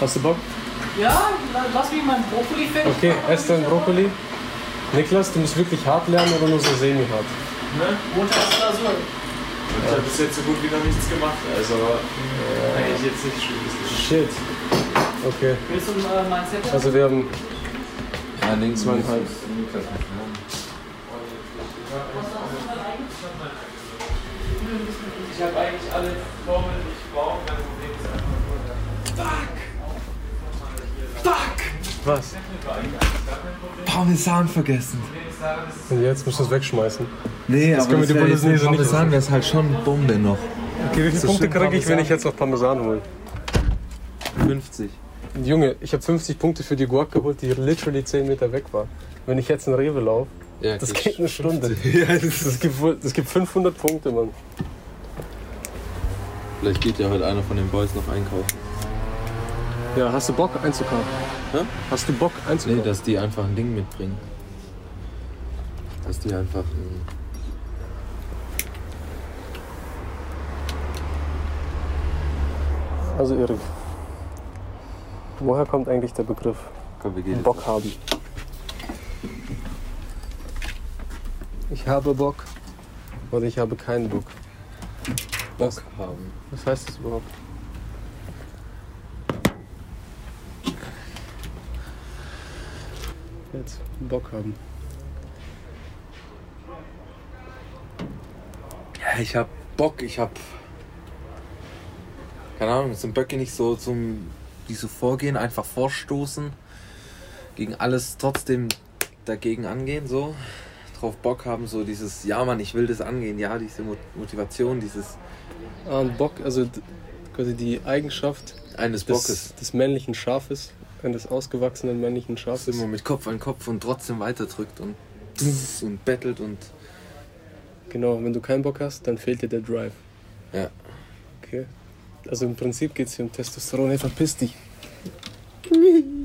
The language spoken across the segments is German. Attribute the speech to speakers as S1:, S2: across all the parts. S1: Hast du Bock?
S2: Ja, la- lass mich mal Brokkoli finden.
S3: Okay, ess dein Brokkoli. Niklas, du musst wirklich hart lernen oder nur so semi-hart?
S4: Ne?
S2: Montag ist Klausur.
S4: Ich habe bis jetzt so gut wie noch nichts gemacht, also äh, eigentlich jetzt nicht schlimm.
S3: Shit. Okay,
S2: Willst du äh, mein Zettel?
S3: also wir haben
S1: Ja, links halt.
S3: zweieinhalb.
S4: Ich habe eigentlich alle Formeln, die ich brauche, mein Problem ist einfach nur der.
S3: Was?
S1: Parmesan vergessen.
S3: Und jetzt musst du es wegschmeißen.
S1: Nee, das
S3: können wir die
S1: wär jetzt
S3: Bolognese
S1: mit
S3: nicht
S1: Parmesan
S3: essen.
S1: wäre es halt schon Bombe noch.
S3: Okay, wie viele Punkte
S1: schön
S3: kriege ich, wenn
S1: Parmesan.
S3: ich jetzt auf Parmesan hole?
S1: 50.
S3: Junge, ich habe 50 Punkte für die Guac geholt, die literally 10 Meter weg war. Wenn ich jetzt in Rewe laufe,
S1: Ja,
S3: das
S1: krieg
S3: geht eine Stunde.
S1: ich. ja, das
S3: Das gibt, wohl- das gibt 500 Punkte, Mann.
S1: Vielleicht geht ja heute einer von den Boys noch einkaufen.
S3: Ja, hast du Bock einzukaufen?
S1: Hä?
S3: Hast du Bock
S1: Nee,
S3: einzukaufen?
S1: dass die einfach ein Ding mitbringen. Dass die einfach ein.
S3: Also Erik, woher kommt eigentlich der Begriff
S1: Komm, wir gehen. jetzt.
S3: Bock haben? Ich habe Bock oder ich habe keinen Bock. Was,
S1: Bock haben.
S3: was heißt das überhaupt? Jetzt Bock haben.
S1: Ja, ich hab Bock, ich hab. Keine Ahnung, es sind Böcke nicht so zum. die so vorgehen, einfach vorstoßen. Gegen alles trotzdem dagegen angehen, so. Drauf Bock haben, so dieses, ja Mann, ich will das angehen, ja, diese Mo- Motivation, dieses
S3: Ah, und Bock, also d- quasi die Eigenschaft
S1: eines Bockes.
S3: des, des männlichen Schafes, eines ausgewachsenen männlichen
S1: Das immer
S3: Schafes.
S1: mit Kopf an Kopf und trotzdem weiterdrückt und und bettelt und.
S3: Genau, wenn du keinen Bock hast, dann fehlt dir der Drive.
S1: Ja.
S3: Okay. Also im Prinzip geht es hier um Testosteron. Hey, verpiss dich.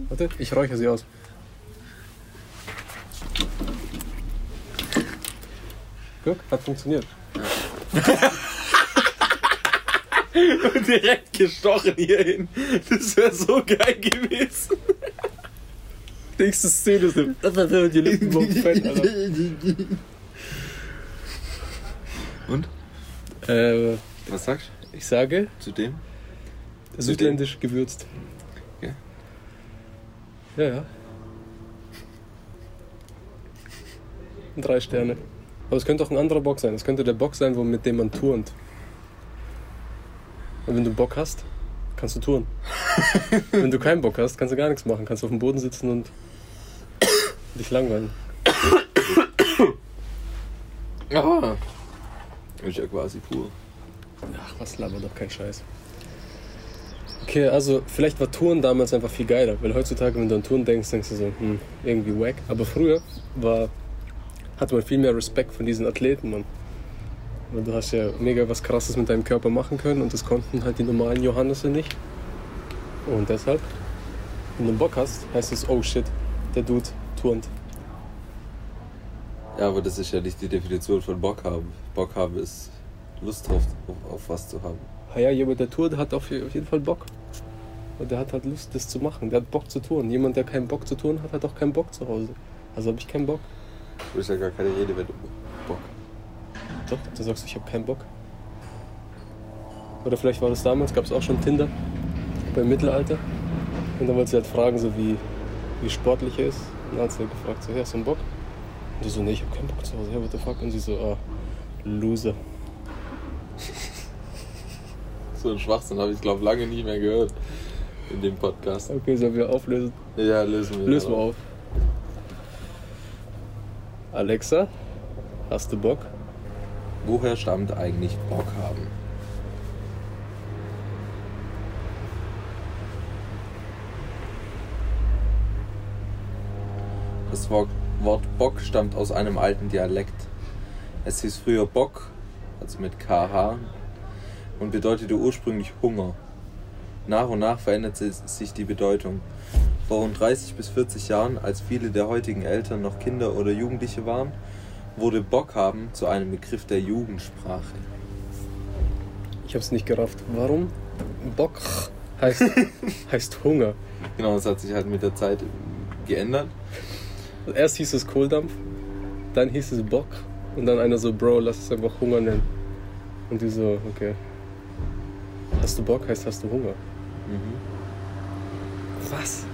S3: Warte, ich räuche sie aus. Guck, hat funktioniert.
S1: Direkt gestochen hierhin. Das wäre so geil gewesen.
S3: Nächste Szene ist der die Lippenbomben-Fan, Alter.
S1: Und?
S3: Äh,
S1: Was sagst
S3: ich sage,
S1: du zu dem?
S3: südländisch gewürzt.
S1: Okay.
S3: Ja, ja. Drei Sterne. Aber es könnte auch ein anderer Bock sein. Es könnte der Bock sein, wo, mit dem man turnt. Und wenn du Bock hast, kannst du turnen. wenn du keinen Bock hast, kannst du gar nichts machen. Kannst auf dem Boden sitzen und dich langweilen.
S1: Ah. Ist ja quasi pur.
S3: Ach, was laber doch kein Scheiß. Okay, also vielleicht war Touren damals einfach viel geiler, weil heutzutage, wenn du an Touren denkst, denkst du so, hm, irgendwie wack. Aber früher war, hatte man viel mehr Respekt von diesen Athleten, Mann. Weil du hast ja mega was Krasses mit deinem Körper machen können und das konnten halt die normalen Johannisse nicht. Und deshalb, wenn du Bock hast, heißt es, oh shit, der Dude turnt.
S1: Ja, aber das ist ja nicht die Definition von Bock haben. Bock haben ist Lust drauf, auf, auf was zu haben.
S3: Ah ja, jemand, der tourt, hat auf, je- auf jeden Fall Bock. Und der hat halt Lust, das zu machen. Der hat Bock zu tun. Jemand, der keinen Bock zu tun hat, hat auch keinen Bock zu Hause. Also habe ich keinen Bock.
S1: Das ist ja gar keine Rede, wenn du Bock
S3: Doch, du sagst, ich habe keinen Bock. Oder vielleicht war das damals, gab es auch schon Tinder beim Mittelalter. Und dann wollte sie halt fragen, so wie, wie sportlich er ist. Und dann hat sie halt gefragt, so, ja, hast du einen Bock? Und die so, nee, ich habe keinen Bock zu Hause, ja, what the fuck? Und sie so, ah, Loser.
S1: So einen Schwachsinn habe ich, glaube lange nicht mehr gehört. In dem Podcast.
S3: Okay, sollen wir auflösen?
S1: Ja, lösen wir.
S3: Lösen wir auf. Alexa, hast du Bock?
S1: Woher stammt eigentlich Bock haben? Das Wort Wort Bock stammt aus einem alten Dialekt. Es hieß früher Bock, also mit KH, und bedeutete ursprünglich Hunger. Nach und nach veränderte sich die Bedeutung. Vor rund 30 bis 40 Jahren, als viele der heutigen Eltern noch Kinder oder Jugendliche waren, wurde Bock haben zu einem Begriff der Jugendsprache.
S3: Ich hab's nicht gerafft. Warum Bock heißt, heißt Hunger.
S1: Genau, das hat sich halt mit der Zeit geändert.
S3: Erst hieß es Kohldampf, dann hieß es Bock und dann einer so, Bro, lass es einfach Hunger nennen. Und die so, okay. Hast du Bock heißt, hast du Hunger.
S1: Mhm.
S3: Was?